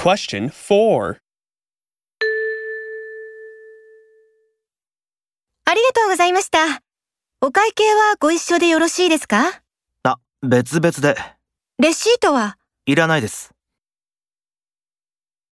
Question 4. ありがとうございました。お会計はご一緒でよろしいですかあ、別々で。レシートはいらないです。